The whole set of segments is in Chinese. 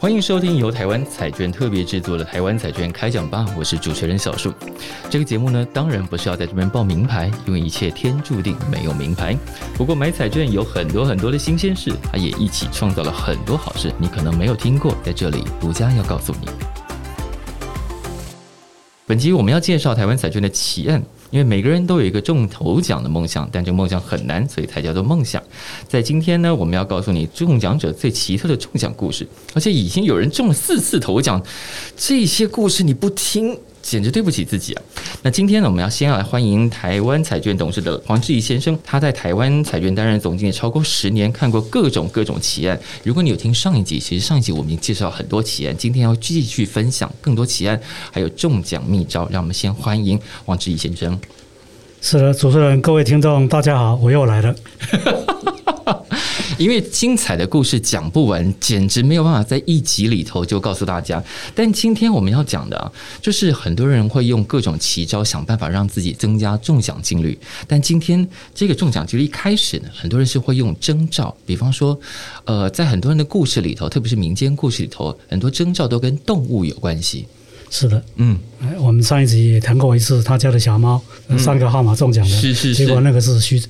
欢迎收听由台湾彩券特别制作的《台湾彩券开讲吧》，我是主持人小树。这个节目呢，当然不是要在这边报名牌，因为一切天注定没有名牌。不过买彩券有很多很多的新鲜事，它也一起创造了很多好事，你可能没有听过，在这里独家要告诉你。本集我们要介绍台湾彩券的奇案，因为每个人都有一个中头奖的梦想，但这个梦想很难，所以才叫做梦想。在今天呢，我们要告诉你中奖者最奇特的中奖故事，而且已经有人中了四次头奖，这些故事你不听。简直对不起自己啊！那今天呢，我们要先要来欢迎台湾彩券董事的黄志怡先生，他在台湾彩券担任总经理超过十年，看过各种各种奇案。如果你有听上一集，其实上一集我们已经介绍很多奇案，今天要继续分享更多奇案，还有中奖秘招。让我们先欢迎黄志怡先生。是的，主持人、各位听众，大家好，我又来了。因为精彩的故事讲不完，简直没有办法在一集里头就告诉大家。但今天我们要讲的啊，就是很多人会用各种奇招想办法让自己增加中奖几率。但今天这个中奖几率一开始呢，很多人是会用征兆，比方说，呃，在很多人的故事里头，特别是民间故事里头，很多征兆都跟动物有关系。是的，嗯，哎我们上一集也谈过一次他家的小猫，三个号码中奖的，是是是结果那个是虚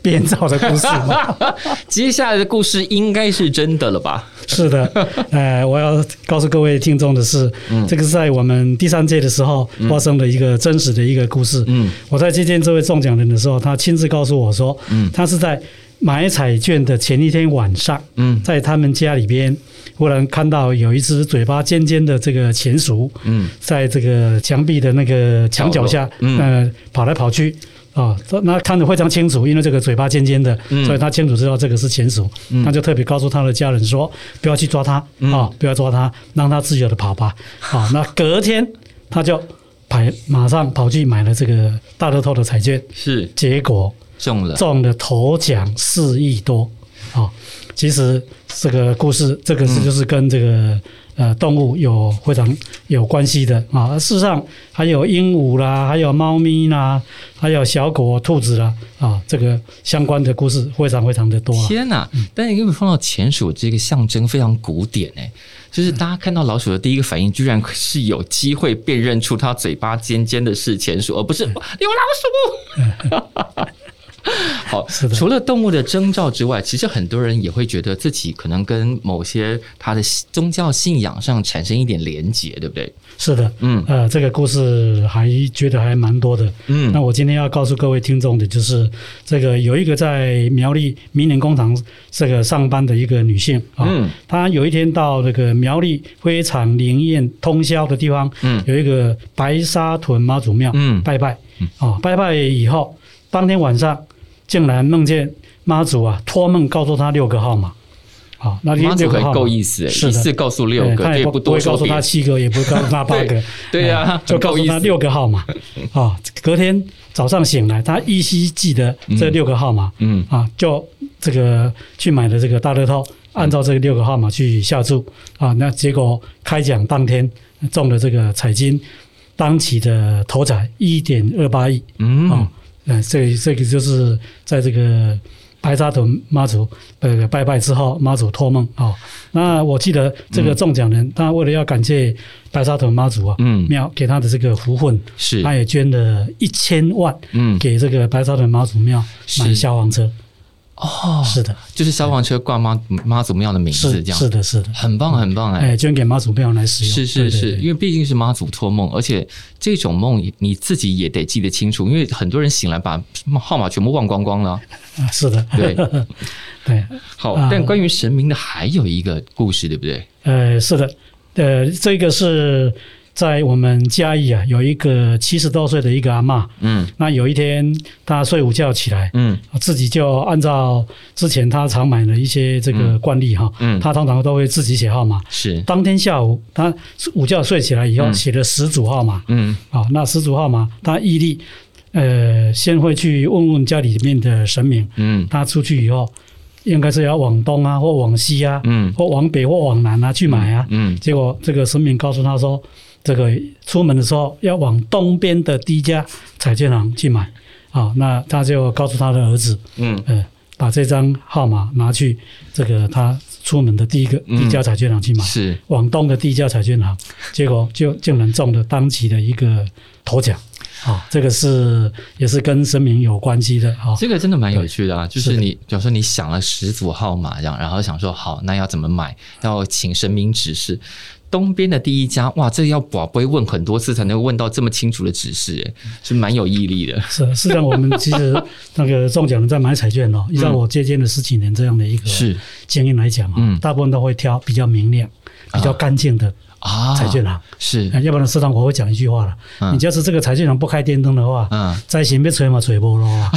编造的故事 嘛。 接下来的故事应该是真的了吧？是的，呃，我要告诉各位听众的是，嗯这个是在我们第三届的时候发生的一个真实的一个故事。嗯，我在接见这位中奖人的时候，他亲自告诉我说，嗯他是在买彩券的前一天晚上，嗯在他们家里边，忽然看到有一只嘴巴尖尖的这个钱鼠，嗯，在这个墙壁的那个墙角下，角落嗯呃，跑来跑去。啊、那看得非常清楚，因为这个嘴巴尖尖的，嗯所以他清楚知道这个是钱鼠，他就特别告诉他的家人说，不要去抓它啊、嗯不要抓它，让它自由的跑吧。啊、 那隔天他就跑，马上跑去买了这个大乐透的彩券，是结果中了。中的头奖四亿多啊、其实这个故事，这个是就是跟这个、嗯呃动物有非常有关系的啊、事实上，还有鹦鹉啦，还有猫咪啦，还有小狗、兔子啦啊、这个相关的故事非常非常的多、啊。天呐！但你有没有放到钱鼠这个象征非常古典哎、就是大家看到老鼠的第一个反应，居然是有机会辨认出它嘴巴尖尖的是钱鼠，而不是嗯哇有老鼠。好，是的除了动物的征兆之外，其实很多人也会觉得自己可能跟某些他的宗教信仰上产生一点连结，对不对？是的，嗯呃，这个故事还觉得还蛮多的。嗯那我今天要告诉各位听众的就是，这个有一个在苗栗明年工厂这个上班的一个女性啊，嗯她有一天到那个苗栗非常灵验通宵的地方，嗯有一个白沙屯妈祖庙，嗯拜拜，啊，拜拜以后，当天晚上竟然梦见妈祖啊托梦告诉她六个号码，啊，那妈祖六个很号码够意思、是欸，的一次告诉六对个，他这也不不多会告说诉别他的。七个，也不会告诉他八个对， 对啊哎就很够告诉意他思六个 号码啊。隔天早上醒来，他依稀记得这六个号码嗯啊，就这个去买了这个大乐透，按照这个六个号码去下注啊。那结果开奖当天中了这个彩金，当期的头彩一点二八亿啊嗯，。呃，这这个就是在这个白沙屯妈祖呃拜拜之后，妈祖托梦啊、哦。那我记得这个中奖人，他为了要感谢白沙屯妈祖啊，嗯庙给他的这个福分，是他也捐了一千万嗯给这个白沙屯妈祖庙买是消防车。哦，是的，就是消防车挂妈妈祖庙的名字是这样，是的，是的，很棒很棒哎、哎，捐给妈祖庙来使用。是对是对是，对因为毕竟是妈祖托梦，而且这种梦你自己也得记得清楚，因为很多人醒来把号码全部忘光光了。啊是的，对 对，好啊，但关于神明的还有一个故事，对不对？呃，是的，呃，这个是在我们嘉义啊，有一个七十多岁的一个阿嬷，嗯那有一天她睡午觉起来，嗯自己就按照之前她常买的一些这个惯例哈，嗯，她通常都会自己写号码。是当天下午，她午觉睡起来以后，嗯写了十组号码，嗯啊、那十组号码，她毅力，呃，先会去问问家里面的神明，嗯他出去以后，应该是要往东啊，或往西啊，嗯或往北或往南啊去买啊。嗯结果这个神明告诉他说，这个出门的时候要往东边的第一家彩券行去买啊。那他就告诉他的儿子，嗯呃，把这张号码拿去这个他出门的第一个嗯第一家彩券行去买，是往东的第一家彩券行，结果就竟然中了当期的一个头奖。啊、这个是也是跟声明有关系的啊、这个真的蛮有趣的啊，就是是的你，比如说你想了十组号码这样，然后想说好，那要怎么买？要请神明指示。东边的第一家，哇，这要宝贝问很多次才能问到这么清楚的指示，诶是蛮有毅力的。是，事实上我们其 实那个中奖人在买彩券哦，依照我借鉴了十几年这样的一个嗯是经验来讲啊、嗯大部分都会挑比较明亮、比较干净的啊，彩券行，是啊要不然事实上我会讲一句话了，嗯你就是这个彩券行不开电灯的话，嗯，灾情被吹嘛吹不落 啊，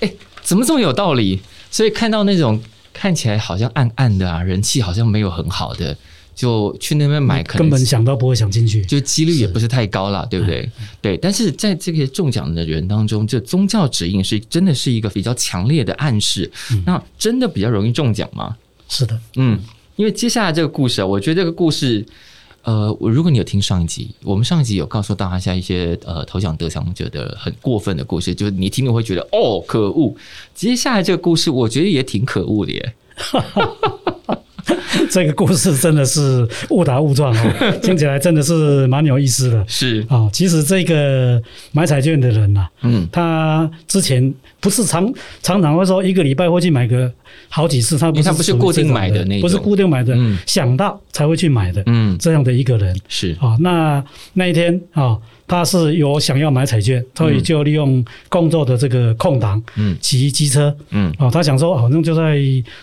哎、怎么这么有道理？所以看到那种看起来好像暗暗的啊，人气好像没有很好的，就去那边买，可能根本想都不会想进去。就几率也不是哎太高啦，对不对？对，但是在这些中奖的人当中，这宗教指引是真的是一个比较强烈的暗示。那真的比较容易中奖吗？是的，嗯，因为接下来这个故事啊，我觉得这个故事，呃，我如果你有听上一集，我们上一集有告诉大家一些呃头奖得奖者的很过分的故事，就是你听了会觉得哦可恶。接下来这个故事，我觉得也挺可恶的耶。这个故事真的是误打误撞 哦，听起来真的是蛮有意思的是，啊、其实这个买彩券的人啊呐、嗯，他之前不是常常常会说一个礼拜会去买个好几次，他不因为是他不是属于固定这种买的那种不是固定买的，嗯想到才会去买的，嗯，这样的一个人是，啊、那那一天啊、他是有想要买彩券，所以就利用工作的这个空档嗯骑机车。嗯哦，他想说，好像就在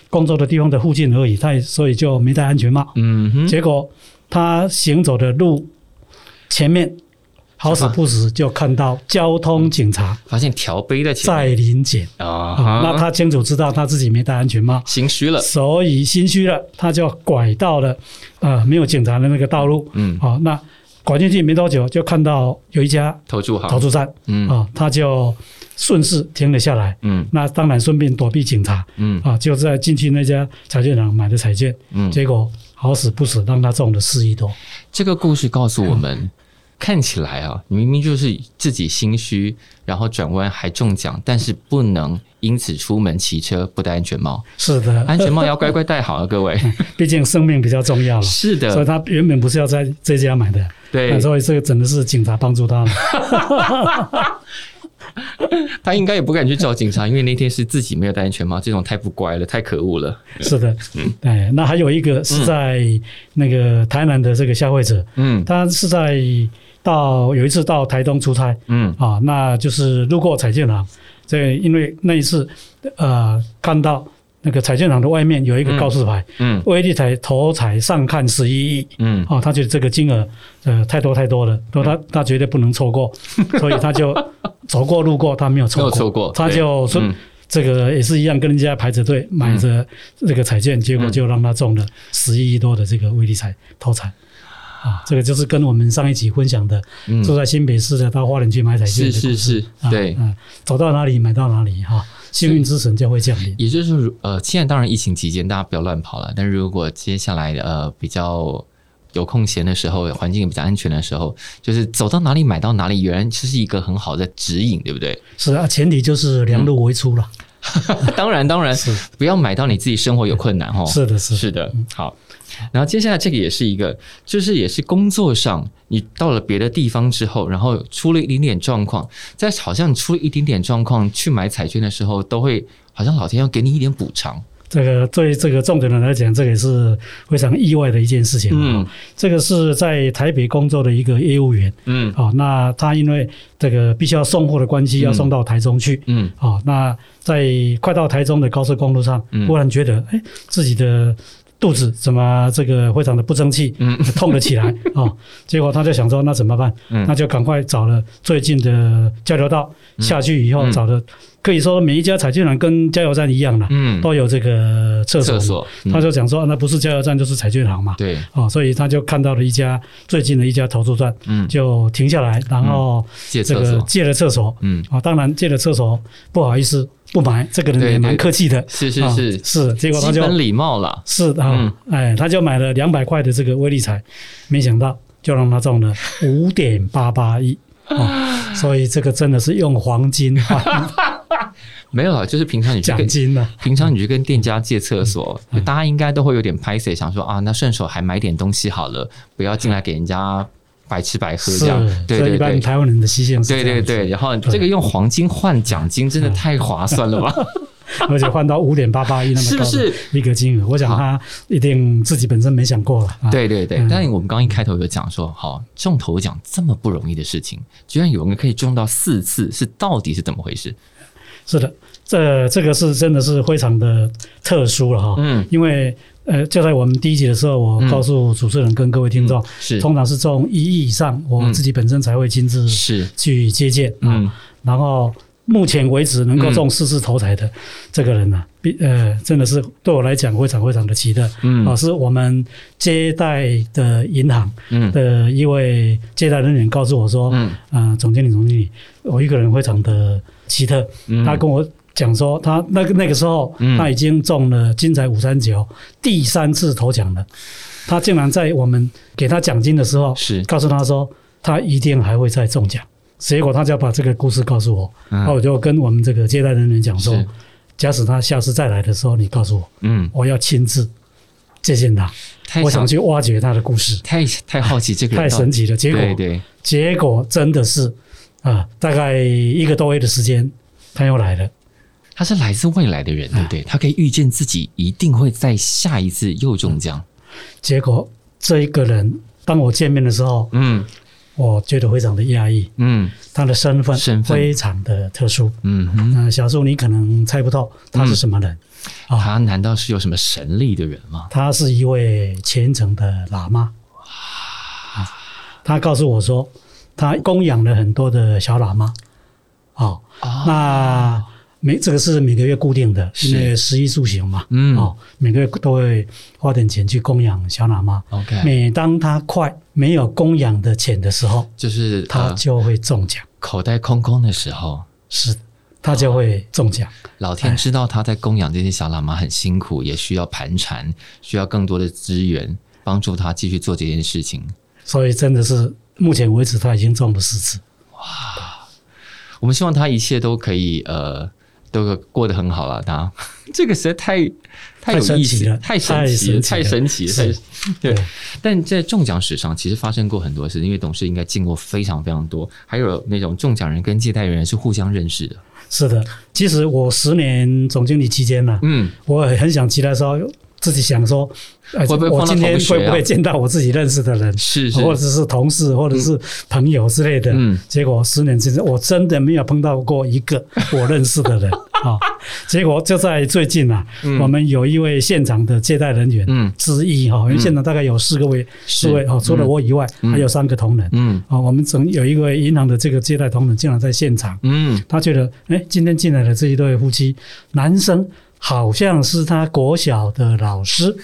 工作的地方的附近而已，他也所以就没戴安全帽。嗯哼，结果他行走的路前面，好死不死就看到交通警察发现调杯在前面在临检啊啊哈，那他清楚知道他自己没戴安全帽，心虚了，所以心虚了，他就拐到了呃没有警察的那个道路。嗯，好、那拐进去没多久，就看到有一家投注好，投注站嗯啊、他就顺势停了下来。嗯那当然顺便躲避警察嗯啊，就在进去那家彩券行买的彩券，嗯，结果好死不死让他中了四亿多。这个故事告诉我们，看起来啊，你明明就是自己心虚，然后转弯还中奖，但是不能因此出门骑车不戴安全 帽，是的，安全帽要乖乖戴好啊，各 位。毕竟生命比较重要了。是所的，以他原本不是要在这家买的，对那，所以这个真的是警察帮助他了。他应该也不敢去找警察，因为那天是自己没有戴安全帽，这种太不乖了，太可恶了。是的，嗯哎，那还有一个是在那个台南的这个消费者，嗯他是在到有一次到台东出差嗯啊，那就是路过彩券行，这因为那一次呃看到那个彩券行的外面有一个告示牌，嗯威力彩头彩上看十一亿。嗯，哦，他觉得这个金额呃太多太多了，然后他他绝对不能 错过，所以他就走过路过，他没有错没有过，错过，他对就说、嗯这个也是一样，跟人家排着队买着这个彩嗯券，结果就让他中了十亿多的这个威力彩头彩。啊，这个就是跟我们上一集分享的，嗯住在新北市的到花莲去买彩是券的故是事，是，啊对。嗯，走到哪里买到哪里哈、幸运之神就会降临。也就是如呃，现在当然疫情期间大家不要乱跑了，但是如果接下来呃比较有空闲的时候，环境也比较安全的时候，就是走到哪里买到哪里，原来这是一个很好的指引，对不对？ 是啊，前提就是量入为出了。嗯当然当然是，不要买到你自己生活有困难哦。是的，是的，是的，好。然后接下来这个也是一个，就是也是工作上，你到了别的地方之后，然后出了一点点状况，在好像出了一点点状况去买彩券的时候，都会好像老天要给你一点补偿。这个对这个重点人来讲，这个也是非常意外的一件事情。啊嗯这个是在台北工作的一个业务员，嗯哦，那他因为这个必须要送货的关系，要送到台中去。嗯哦，那在快到台中的高速公路上嗯，忽然觉得，哎，自己的肚子怎么这个非常的不争气，嗯痛了 起来哦。结果他就想说，那怎么办？嗯那就赶快找了最近的交流道下去以后，嗯找的可以说每一家彩券行跟加油站一样了，嗯，都有这个厕厕所嘛。所，嗯他就讲说，啊那不是加油站就是彩券行嘛。对，哦，所以他就看到了一家最近的一家投注站，嗯，就停下来，然后借这厕个所，借了厕所。嗯，啊，当然借了厕所，不好意思不买，这个对人也蛮对客气的。是是啊是，是，结果他基就本嗯礼貌啦。是啊，哎，他就买了两百块的这个威力彩，没想到就让他中了五 点八八亿。哦，所以这个真的是用黄金换没有啊，就是平常你去啊奖跟金啊呢、平常你去跟店家借厕所，嗯大家应该都会有点拍 a 想说啊，那顺手还买点东西好了，不要进来给人家白吃白喝是这样。，对所以对一般对。台湾人的习性是对这对样子，对，然后这个用黄金换奖金，真的太划算了吧？ 而且换到五点八八亿那么是不高的是？一个金额，我想他一定自己本身没想过了。啊，对对对嗯，但我们刚刚一开头有讲说，好中头奖这么不容易的事情，居然有人可以中到四次，是到底是怎么回事？是的，这这个是真的是非常的特殊了哈。嗯，因为呃，就在我们第一集的时候，我嗯告诉主持人跟各位听众，是通常是中一亿以上，我嗯自己本身才会亲自是，去接见。啊，嗯然后目前为止能够中四次头彩的这个人呢、比呃，真的是对我来讲非常非常的奇特。啊，嗯是我们接待的银行嗯的一位接待人员告诉我说，嗯呃，总经理，总经理，我一个人非常的奇特，嗯，他跟我讲说，他那个那个时候嗯他已经中了金彩五三九第三次头奖了，他竟然在我们给他奖金的时候，是告诉他说他一定还会再中奖。结果他就要把这个故事告诉我，嗯那、我就跟我们这个接待人员讲说是，假使他下次再来的时候，你告诉我，嗯，我要亲自接见他，太我想想去挖掘他的故事，太太好奇这个人太到神奇了。结果对对，结果真的是啊、大概一个多月的时间，他又来了。他是来自未来的人，对不哎对？他可以预见自己一定会在下一次又中奖。结果这一个人，当我见面的时候，嗯我觉得非常的压抑，嗯他的身份身份非常的特殊。嗯哼，嗯、小树你可能猜不透他嗯是什么人，啊他难道是有什么神力的人吗？他是一位虔诚的喇嘛。啊他告诉我说，他供养了很多的小喇嘛。哦，啊那每这个是每个月固定的，是因为食衣住行嘛，嗯哦，每个月都会花点钱去供养小喇嘛。 ，OK，每当他快没有供养的钱的时候，就是他他就会中奖，口袋空空的时候，是，他就会中奖，老哎天知道他在供养这些小喇嘛很辛苦，也需要盘缠，需要更多的资源帮助他继续做这件事情。所以真的是目前为止他已经中了四次，我们希望他一切都可以呃，都过得很好了。他 这个实在太太有意思，太太神神奇奇了了，太太神神奇奇了了，是太对对。但在中奖史上，其实发生过很多事，因为董事应该见过非常非常多，还有那种中奖人跟借贷人是互相认识的。是的。其实我十年总经理期间呢、嗯，我也很想期待说，自己想说，哎会不会碰我到今天同学啊会不会见到我自己认识的人，是是，或者是同事，或者是朋友之类的。嗯结果十年之间，我真的没有碰到过一 个我认识的人啊、结果就在最近啊，我们有一位现场的接待人员嗯之一哈、因为现场大概有四个位，是四位哦，除了我以外，还有三个同仁。嗯啊、我们总有一位银行的这个接待同仁竟然在现场，嗯他觉得，哎，今天进来的这一对夫妻，男生好像是他国小的老师，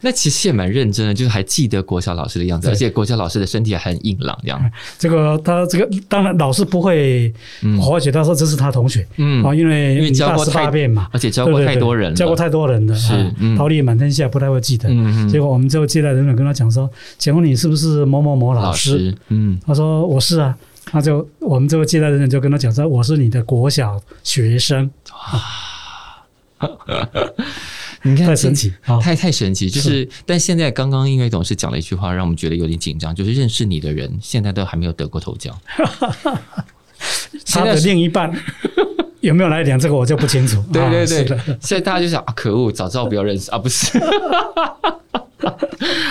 那其实也蛮认真的，就是还记得国小老师的样子，对而且国小老师的身体还很硬朗，这样。这个他这个当然老师不会嗯怀疑，他说这是他同学，嗯啊，因为因为你教大过十太八遍嘛，而且教对过对太对多人了，教过太多人了，是啊嗯桃李满天下不太会记得。嗯嗯结果我们就接待人员跟他讲说，请问你是不是某某某老老师？师，嗯他说我是啊。他就我们这位接待人员就跟他讲说，我是你的国小学生，你看太神奇啊！太太神奇，就是，但现在刚刚因为董事讲了一句话，让我们觉得有点紧张，就是认识你的人现在都还没有得过头奖，他现在的是另一 半有没有来讲这个我就不清楚。对啊对是对的，所以大家就想啊，可恶，早知道不要认识啊，不是。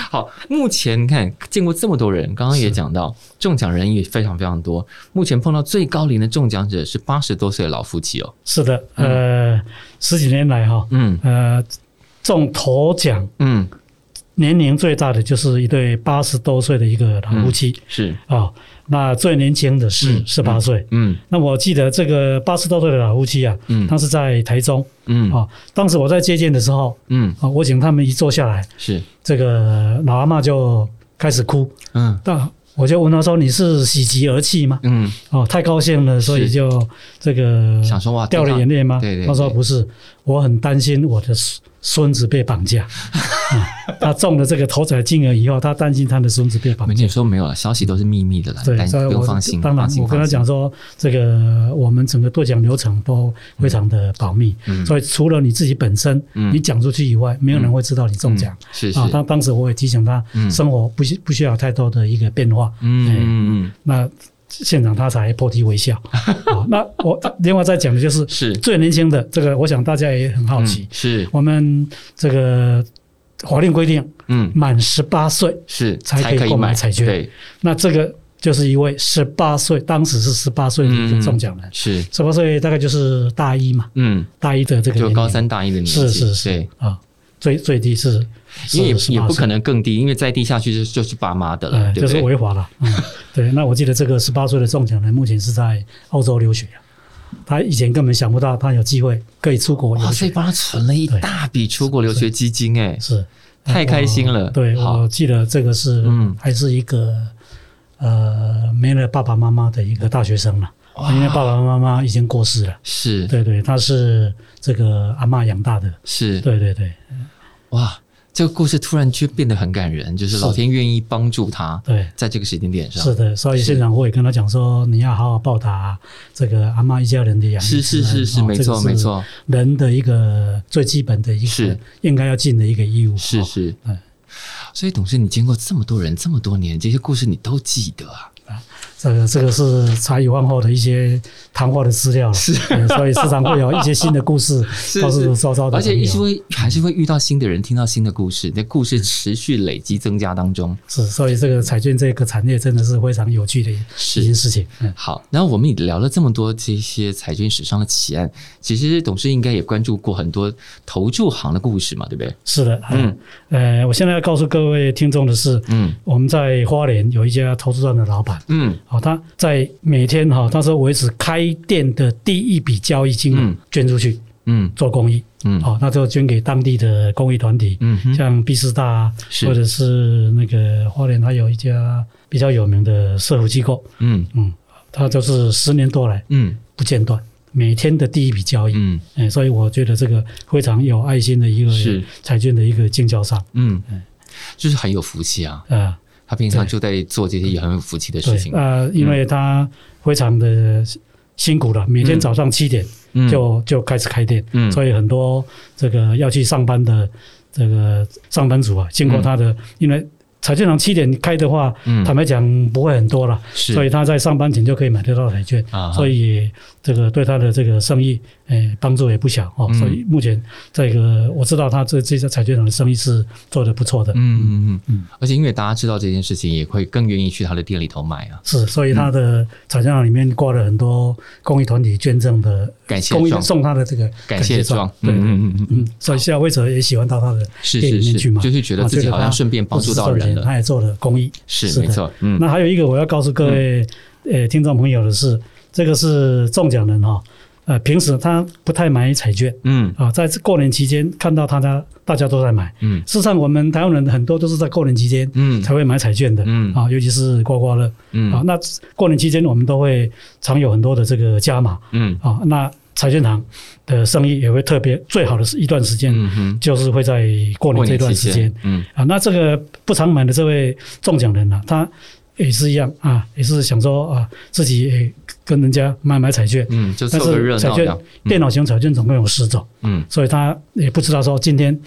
好，目前你看见过这么多人，刚刚也讲到中奖人也非常非常多。目前碰到最高龄的中奖者是八十多岁的老夫妻哦，是的，呃，十几年来哈，嗯呃，中头奖嗯，年龄最大的就是一对八十多岁的一个老夫妻是，啊、那最年轻的是嗯十八岁。嗯那我记得这个八十多岁的老夫妻啊，嗯他是在台中啊、嗯当时我在接见的时候嗯，啊、我请他们一坐下来，是，这个老阿嬷就开始哭，嗯那我就问她说：“你是喜极而泣吗？”嗯，哦，太高兴了，所以就这个想说哇，啊掉了眼泪吗？对对对他说不是，我很担心我的孙子被绑 架，啊，他中了这个头彩金额以后，他担心他的孙子被我绑们架也。说没有了，消息都是秘密的了，对，但所以不我用放心。当然放，心我跟他讲，说，这个我们整个兑奖流程都非常的保密，嗯所以除了你自己本身，嗯你讲出去以外，没有人会知道你中放心奖。嗯是是，啊，当当时我也提醒他，嗯生活不需不需要太多的一个变化。嗯哎嗯嗯，那现场他才破涕 为笑。啊，那我另外再讲的就是是最年轻的这个，我想大家也很好奇嗯，是我们这个法令规定，嗯满十八岁，是才才可以可以购买买彩券对那这个就是一位十八岁，当时是十八岁的一嗯个中奖人，是十八岁大概就是大一嘛，嗯，大一的这个就年龄高三大一的年纪，是是是对。啊，最最低是因为是也也18不岁可能更低，因为再低下去就就是爸妈的了，呃，对就不是对？违法了。嗯， 对。那我记得这个十八岁的中奖人目前是在澳洲留学啊，他以前根本想不到他有机会可以出国哇，留所以学，帮他存了一大笔出国留学基金，哎，是太开心了。对，好我，记得这个是嗯还是一个呃没了爸爸妈妈的一个大学生了，哇因为爸爸妈妈已经过世了。是对对，他是这个阿嬷养大的。是，对对对哇，这个故事突然就变得很感人，就是是老天愿意帮助他对。在这个时间点上。是的，所以现场我也跟他讲说，你要好好报答这个阿嬷一家人的养育是之是恩是是，哦没这个错是没错，人的一个最基本的一是个应该要尽的一个义务。是哦是嗯。所以董事，你经过这么多人这么多年，这些故事你都记得啊？这个这个是茶余饭后的一些谈话的资料了，是 对所以时常会有一些新的故事 是告诉周遭的而且朋一友直会还是会遇到新的人，听到新的故事，嗯那故事持续累积增加当中。是，所以这个彩券这个产业真的是非常有趣的一件事情。嗯，好，然后我们也聊了这么多这些财经史上的奇案，其实董事应该也关注过很多投注行的故事嘛，对不对？是的，嗯嗯，呃，我现在要告诉各位听众的是，嗯我们在花莲有一家投资站的老板，嗯好、他在每天哈、他说维持开店的第一笔交易金嗯额捐出去嗯做公益，嗯哦好、那就捐给当地的公益团体，嗯哼像毕师大啊是或者是那个花莲，还有一家比较有名的社福机构，嗯嗯，它就是十年多来嗯不间断，每天的第一笔交易，嗯哎、所以我觉得这个非常有爱心的一个是彩券的一个经销商，嗯，就是很有福气啊！啊、他平常就在做这些也很有福气的事对，情。呃，因嗯为他非常的辛苦了，每天早上七点嗯就、就开始开店，嗯所以很多这个要去上班的这个上班族啊，经过他的，因为彩券行七点开的话，嗯坦白讲不会很多了，是所以他在上班前就可以买得到彩券，啊哈所以这个对他的这个生意，诶、帮助也不小哦。嗯所以目前这个我知道他这这家彩券行的生意是做得不错的，嗯嗯嗯嗯，而且因为大家知道这件事情，也会更愿意去他的店里头买啊。是，所以他的彩券行里面挂了很多公益团体捐赠的感谢公益状送他的这个感谢状，对，嗯嗯嗯嗯，嗯，所以消费者也喜欢到他的是店是里面去是，买，就是觉得啊自己好像他顺便帮助到人不只是赚钱了，他也做了公益，是是没的错，嗯那还有一个我要告诉各位呃听众朋友的是，这个是中奖人哈、呃，平时他不太买彩券嗯啊，在过年期间看到他家大家都在买。嗯事实上，我们台湾人很多都是在过年期间嗯才会买彩券的，嗯啊，尤其是刮刮乐啊。嗯那过年期间我们都会常有很多的这个加码嗯啊，那彩券行的生意也会特别最好的是一段时间，嗯哼，就是会在过年这段时间，嗯啊，那这个不常买的这位中奖人呢、啊他也是一样啊，也是想说啊，自己也跟人家买买彩券，嗯，就但凑个热是彩闹嗯券的，电脑型彩券总共有十种，嗯所以他也不知道说今天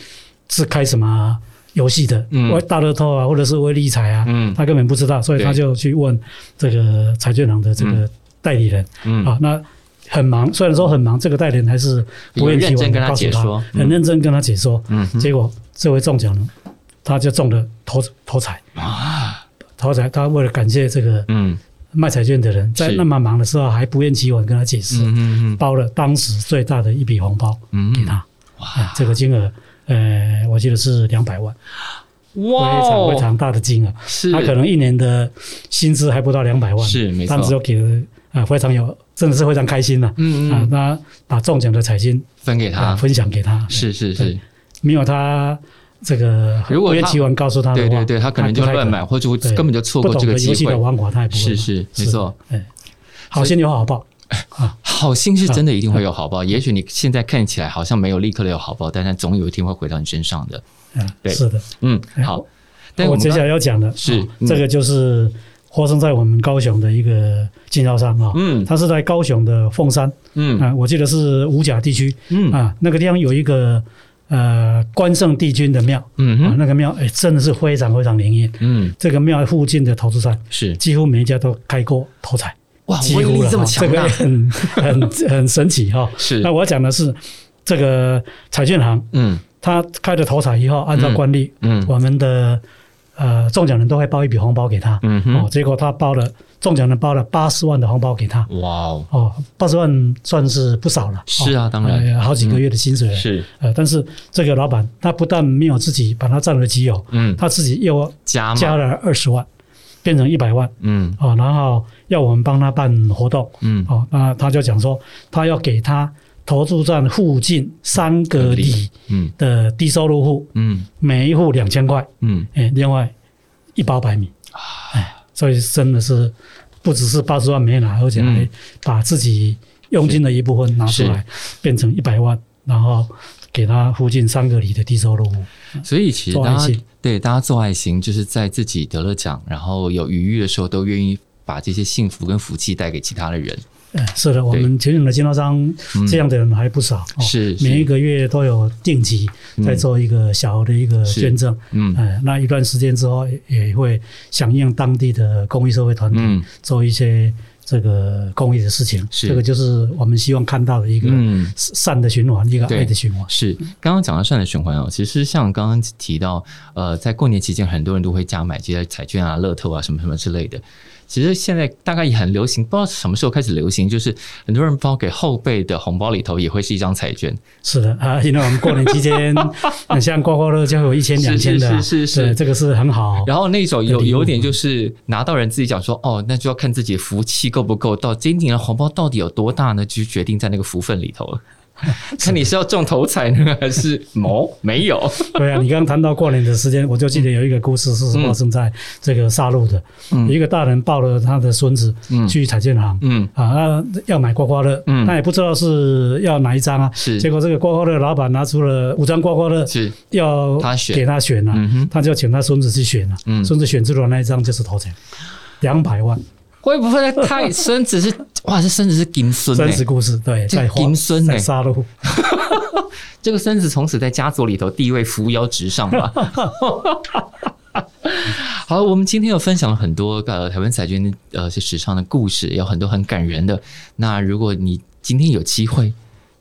是开什么游戏的，嗯我大乐透啊，或者是威力彩啊，嗯他根本不知道，所以对他就去问这个彩券行的这个代理人、嗯啊，那。很忙，虽然说很忙，这个代理人还是不有愿意认真跟他告诉解说嗯很认真跟他解说。嗯哼结果这位中奖了，他就中了头头彩，啊头彩。他为了感谢这个嗯卖彩券的人，在是那么忙的时候还不厌其烦跟他解释，嗯嗯包了当时最大的一笔红包嗯给他，哎哇这个金额，呃，我记得是两百万，哇哦非常非常大的金额。是他可能一年的薪资还不到两百万，是没但只错，有给了啊、非常有，真的是非常开心了、嗯啊嗯，，他把中奖的彩金分给啊、他分享给他，是是是对，没有他这个如果他不厌其烦告诉他的对对话，对，他可能就不太乱买，或者对根本就错不过这懂个得机游戏的会，玩法，他也不会买。是是没错，哎，好心有好报，啊，好心是真的一定会有好报，也许你现在看起来好像没有立刻的有好报，但它总有一天会回到你身上的。嗯，对是的。嗯，哎好我。但我们接下刚来要讲的是啊嗯这个就是发生在我们高雄的一个经销商啊，嗯他是在高雄的凤山嗯啊，我记得是五甲地区嗯啊，那个地方有一个呃关圣帝君的庙嗯啊，哼那个庙哎真的是非常非常灵验。嗯这个庙附近的投资站是几乎每一家都开过头彩，哇，几威乎力了这么哈强这大个，很很很神奇哈。是那我要讲的是这个彩券行，嗯他开了头彩以后，按照惯例，嗯我们的呃中奖人都会包一笔红包给他。嗯哦哼，，结果他包了中奖人包了八十万的红包给他。哇哦，哦，八十万算是不少了。是啊哦当然嗯呃好几个月的薪水了。是呃，但是这个老板他不但没有自己把它占为己有，嗯他自己又加嘛加了二十万，变成一百万。嗯哦，然后要我们帮他办活动，嗯哦，那他就讲说，他要给他投注站附近三个里嗯的低收入户，嗯每一户两千块，嗯哎，另外一包白米，啊哎，所以真的是不只是八十万没拿，而且还嗯把自己佣金的一部分拿出来，变成一百万，然后给他附近三个里的低收入户，所以其实做大爱家心对大家做爱心，就是在自己得了奖，然后有余裕的时候，都愿意把这些幸福跟福气带给其他的人。哎，是的，我们前面的经销商嗯这样的人还不少，哦是是每一个月都有定期在做一个小的一个捐赠，嗯哎，那一段时间之后也也会响应当地的公益社会团体、嗯做一些这个公益的事情，是这个就是我们希望看到的一个嗯，善的循环，一个对爱的循环，是刚刚讲到善的循环哦，其实像刚刚提到，呃，在过年期间，很多人都会加买这些彩券啊、乐透啊什么什么之类的。其实现在大概也很流行，不知道什么时候开始流行，就是很多人包给后辈的红包里头也会是一张彩券。是的啊，因为我们过年期间， 呃像刮刮乐就有一千两千的啊，是是是是对这个是很好，然后那种有的礼物有点就是拿到人自己讲说，哦，那就要看自己福气够不够，到今年的红包到底有多大呢？就决定在那个福分里头 了。看你是要中头彩呢，还 是毛没有？对啊，你刚刚谈到过年的时间，我就记得有一个故事是发生在这个沙鹿的，嗯一个大人抱了他的孙子嗯去彩券行。嗯，啊，那要买刮刮乐，嗯那也不知道是要哪一张啊。是结果这个刮刮乐老板拿出了五张刮刮乐，是，要他选给他选了、嗯哼他就请他孙子去选了、啊嗯孙子选出的那一张就是头奖，两百万，会不会太孙子是哇？这孙子是金孙真哎、实故事，对，这在花金孙欸在杀戮，这个孙子从此在家族里头地位扶摇直上吧。 好，我们今天有分享了很多呃台湾彩券呃是史上的故事，有很多很感人的。那如果你今天有机会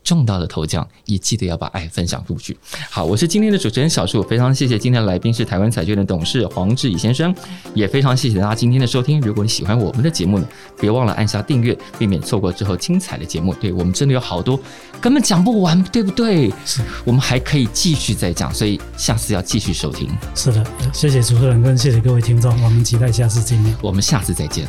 中到了头奖，也记得要把爱分享出去。好，我是今天的主持人小树，非常谢谢今天的来宾是台湾彩券的董事黄志宇先生，也非常谢谢大家今天的收听。如果你喜欢我们的节目呢，别忘了按下订阅，避免错过之后精彩的节目。对我们真的有好多根本讲不完，对不对？是我们还可以继续再讲，所以下次要继续收听。是的，谢谢主持人跟谢谢各位听众，我们期待下次见面，我们下次再见，